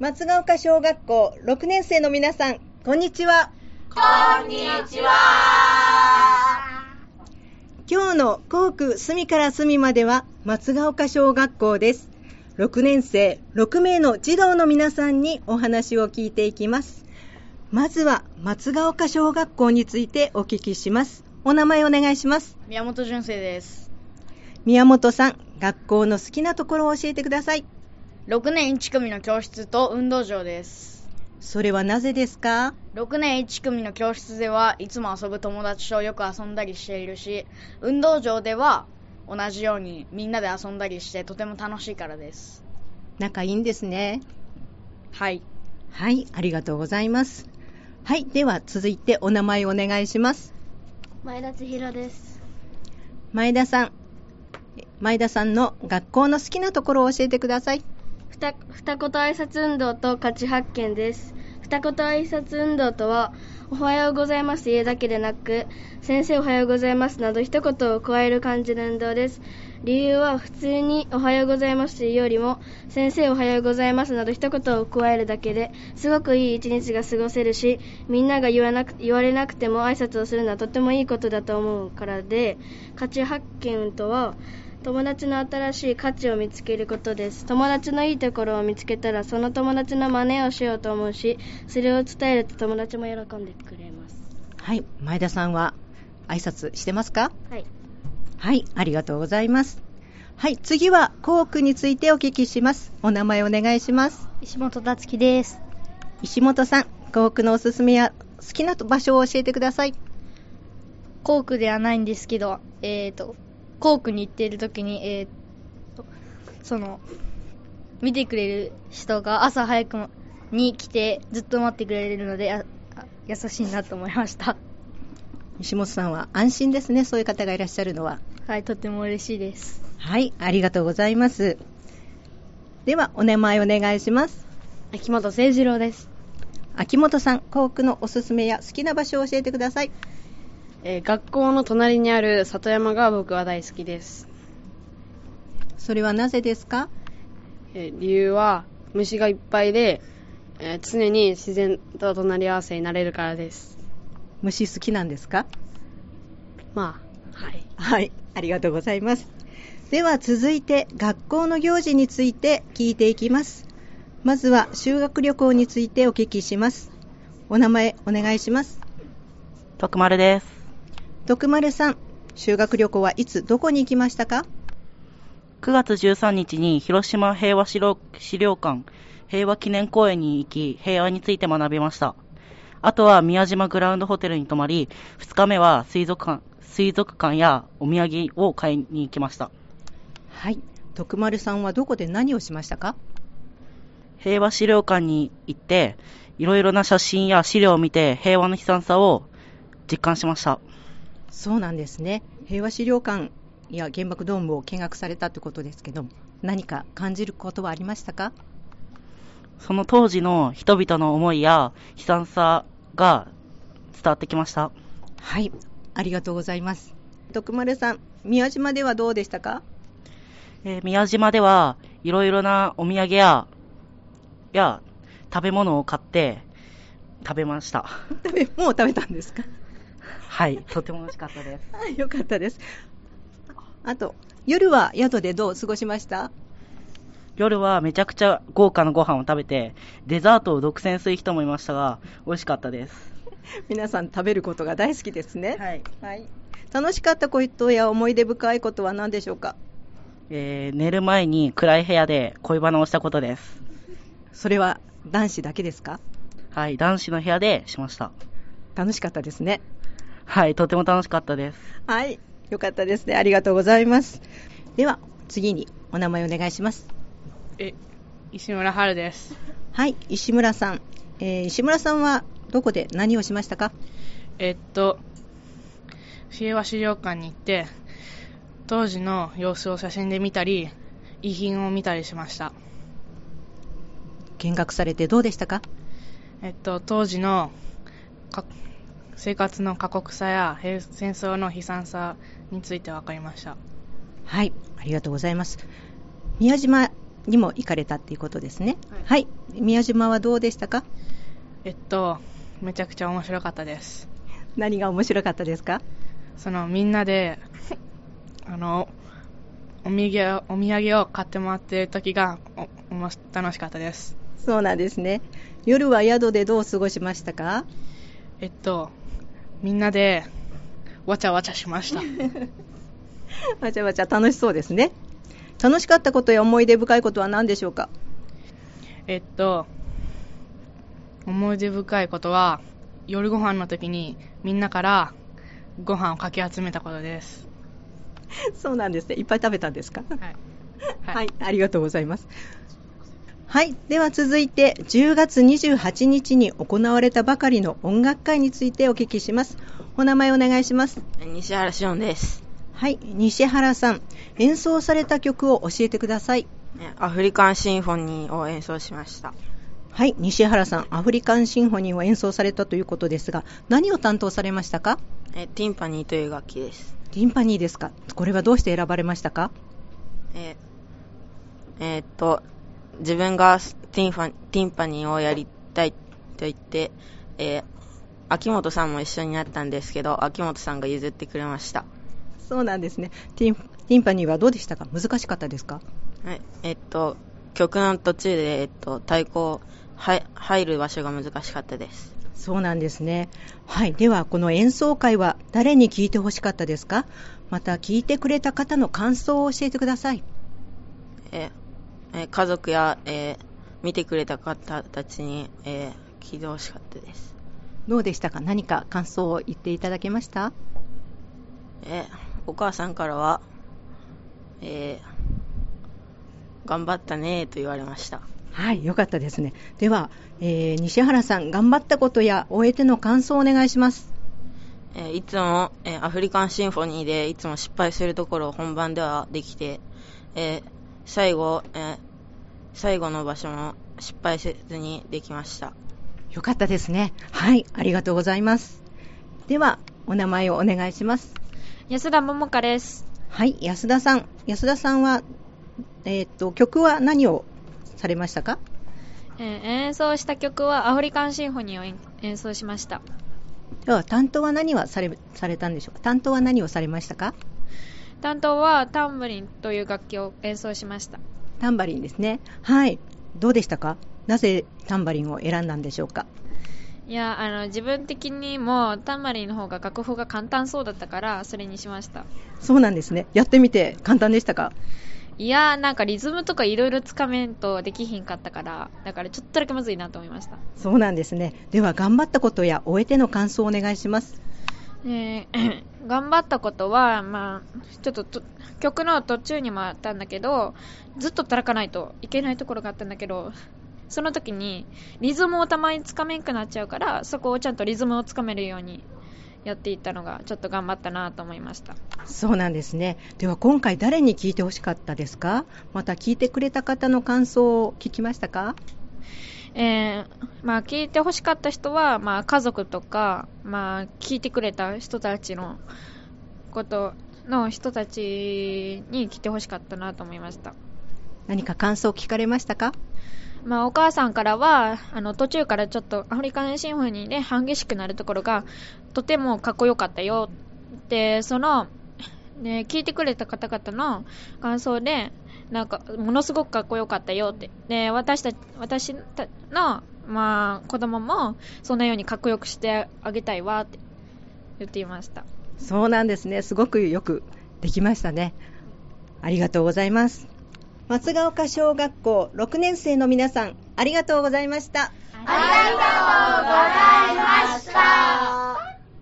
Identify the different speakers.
Speaker 1: 松ヶ丘小学校6年生の皆さん、こんにちは。
Speaker 2: こんにちは。
Speaker 1: 今日の校区隅から隅までは松ヶ丘小学校です。6年生6名の児童の皆さんにお話を聞いていきます。まずは松ヶ丘小学校についてお聞きします。お名前お願いします。
Speaker 3: 宮本純生です。
Speaker 1: 宮本さん、学校の好きなところを教えてください。
Speaker 3: 6年1組の教室と運動場です。
Speaker 1: それはなぜですか
Speaker 3: 6年1組の教室ではいつも遊ぶ友達とよく遊んだりしているし運動場では同じようにみんなで遊んだりしてとても楽しいからです
Speaker 1: 仲いいんですね
Speaker 3: はい
Speaker 1: はいありがとうございますはいでは続いてお名前お願いします
Speaker 4: 前田千尋です
Speaker 1: 前田さん前田さんの学校の好きなところを教えてください
Speaker 4: ふた二言挨拶運動と価値発見です二言挨拶運動とはおはようございます言うだけでなく先生おはようございますなど一言を加える感じの運動です理由は普通におはようございますというよりも先生おはようございますなど一言を加えるだけですごくいい一日が過ごせるしみんなが言わなく言われなくても挨拶をするのはとてもいいことだと思うからで価値発見とは友達の新しい価値を見つけることです友達のいいところを見つけたらその友達の真似をしようと思うしそれを伝えると友達も喜んでくれます
Speaker 1: はい前田さんは挨拶してますか
Speaker 4: はい
Speaker 1: はいありがとうございますはい次は校区についてお聞きしますお名前お願いします
Speaker 5: 石本達樹です
Speaker 1: 石本さん校区のおすすめや好きな場所を教えてください
Speaker 5: 校区ではないんですけどえっ、ー、と校区に行っている時に、えー、その見てくれる人が朝早くに来てずっと待ってくれるので優しいなと思いました
Speaker 1: 西本さんは安心ですねそういう方がいらっしゃるのは
Speaker 5: はいとても嬉しいです
Speaker 1: はいありがとうございますではお名前お願いします
Speaker 6: 秋元誠二郎です
Speaker 1: 秋元さん校区のおすすめや好きな場所を教えてください
Speaker 6: えー、学校の隣にある里山が僕は大好きです
Speaker 1: それはなぜですか、
Speaker 6: えー、理由は虫がいっぱいで、えー、常に自然と隣り合わせになれるからです
Speaker 1: 虫好きなんですか
Speaker 6: まあはい
Speaker 1: はいありがとうございますでは続いて学校の行事について聞いていきますまずは修学旅行についてお聞きしますお名前お願いします
Speaker 7: 徳丸です
Speaker 1: 徳丸さん、修学旅行はいつどこに行きましたか
Speaker 7: ?9 月13日に広島平和資料館平和記念公園に行き、平和について学びました。あとは宮島グラウンドホテルに泊まり、2日目は水族館水族館やお土産を買いに行きました。
Speaker 1: はい。徳丸さんはどこで何をしましたか
Speaker 7: 平和資料館に行って、いろいろな写真や資料を見て平和の悲惨さを実感しました。
Speaker 1: そうなんですね。平和資料館や原爆ドームを見学されたということですけど、何か感じることはありましたか
Speaker 7: その当時の人々の思いや悲惨さが伝わってきました。
Speaker 1: はい、ありがとうございます。徳丸さん、宮島ではどうでしたか、
Speaker 7: えー、宮島ではいろいろなお土産やや食べ物を買って食べました。
Speaker 1: 食べもう食べたんですか
Speaker 7: はい、とても美味しかったです。
Speaker 1: はい、よかったです。あと、夜は宿でどう過ごしました
Speaker 7: 夜はめちゃくちゃ豪華なご飯を食べて、デザートを独占する人もいましたが、美味しかったです。
Speaker 1: 皆さん食べることが大好きですね。
Speaker 7: はい。はい、
Speaker 1: 楽しかったことや思い出深いことは何でしょうか
Speaker 7: えー、寝る前に暗い部屋で恋バナをしたことです。
Speaker 1: それは男子だけですか
Speaker 7: はい、男子の部屋でしました。
Speaker 1: 楽しかったですね。
Speaker 7: はい、とても楽しかったです。
Speaker 1: はい、よかったですね。ありがとうございます。では、次にお名前お願いします。
Speaker 8: え、石村春です。
Speaker 1: はい、石村さん。えー、石村さんはどこで何をしましたか
Speaker 8: えっと、平和資料館に行って、当時の様子を写真で見たり、遺品を見たりしました。
Speaker 1: 見学されてどうでしたか
Speaker 8: えっと、当時のか生活の過酷さや戦争の悲惨さについて分かりました
Speaker 1: はいありがとうございます宮島にも行かれたっていうことですね。はい、宮島はどうでしたか
Speaker 8: えっと、めちゃくちゃ面白かったです。
Speaker 1: 何が面白かったですか
Speaker 8: そのみんなで、 あの、お土産お土産を買ってもらってる時がおおもし楽しかったです。
Speaker 1: そうなんですね。夜は宿でどう過ごしましたか
Speaker 8: えっと、みんなで、わちゃわちゃしました。
Speaker 1: わちゃわちゃ楽しそうですね。楽しかったことや思い出深いことは何でしょうか
Speaker 8: えっと、思い出深いことは、夜ご飯の時にみんなからご飯をかき集めたことです。
Speaker 1: そうなんですね。いっぱい食べたんですか
Speaker 8: はい。
Speaker 1: はい、ありがとうございます。はい、では続いて10月28日に行われたばかりの音楽会についてお聞きします。お名前お願いします。
Speaker 2: 西原紫音です。
Speaker 1: はい、西原さん、演奏された曲を教えてください。
Speaker 2: ねアフリカンシンフォニーを演奏しました。
Speaker 1: はい、西原さん、アフリカンシンフォニーを演奏されたということですが、何を担当されましたか
Speaker 2: えティンパニーという楽器です。
Speaker 1: ティンパニーですかこれはどうして選ばれましたか
Speaker 2: ええーっと、自分がティンファティンパニーをやりたいと言って、えー秋元さんも一緒になったんですけど、秋元さんが譲ってくれました。
Speaker 1: そうなんですね。ティンティンパニーはどうでしたか難しかったですか
Speaker 2: はい、えっと、曲の途中で、えっと、太鼓、はい、入る場所が難しかったです。
Speaker 1: そうなんですね。はい。では、この演奏会は誰に聞いてほしかったですかまた、聞いてくれた方の感想を教えてください。
Speaker 2: え、え家族や、えー見てくれた方たちに、えー聞いてほしかったです。
Speaker 1: どうでしたか何か感想を言っていただけました
Speaker 2: え、お母さんからは、えー頑張ったねと言われました。
Speaker 1: はい。よかったですね。では、えー西原さん、頑張ったことや終えての感想をお願いします。
Speaker 2: えーいつも、えーアフリカンシンフォニーでいつも失敗するところを本番ではできて、えー最後、えー最後の場所も失敗せずにできました。
Speaker 1: よかったですね。はい。ありがとうございます。では、お名前をお願いします。
Speaker 9: 安田桃香です。
Speaker 1: はい。安田さん。安田さんは、えーっと、曲は何をされましたか
Speaker 9: えー演奏した曲はアフリカンシンフォニーを演演奏しました。
Speaker 1: では担当は何はされされたんでしょうか担当は何をされましたか
Speaker 9: 担当はタンブリンという楽器を演奏しました。
Speaker 1: タンバリンですねはいどうでしたかなぜタンバリンを選んだんでしょうか
Speaker 9: いや、あの、自分的にもタンバリンの方が楽譜が簡単そうだったから、それにしました。
Speaker 1: そうなんですねやってみて簡単でしたか
Speaker 9: いや、なんかリズムとかいろいろつかめんとできひんかったから、だからちょっとだけまずいなと思いました。
Speaker 1: そうなんですねでは頑張ったことや終えての感想をお願いします
Speaker 9: えー頑張ったことは、まあ、ちょっとと曲の途中にもあったんだけど、ずっと叩かないといけないところがあったんだけど、その時にリズムをたまにつかめんくなっちゃうから、そこをちゃんとリズムをつかめるようにやっていったのが、ちょっと頑張ったなと思いました。
Speaker 1: そうなんですねでは今回誰に聞いてほしかったですかまた聞いてくれた方の感想を聞きましたか
Speaker 9: えーまあ、聞いてほしかった人は、まあ、家族とか、まあ、聞いてくれた人たちのことの人たちに来てほしかったなと思いました。
Speaker 1: 何か感想を聞かれましたか
Speaker 9: まあ、お母さんからは、あの、途中からちょっとアフリカンシンフォニーで激しくなるところが、とてもかっこよかったよ。で、その、ね、聞いてくれた方々の感想で、なんか、ものすごくかっこよかったよって。で、私たち、私たの、まあ、子供も、そんなようにかっこよくしてあげたいわって言っていました。
Speaker 1: そうなんですね。すごくよくできましたね。ありがとうございます。松ヶ丘小学校6年生の皆さん、ありがとうございました。
Speaker 2: ありがとうございました。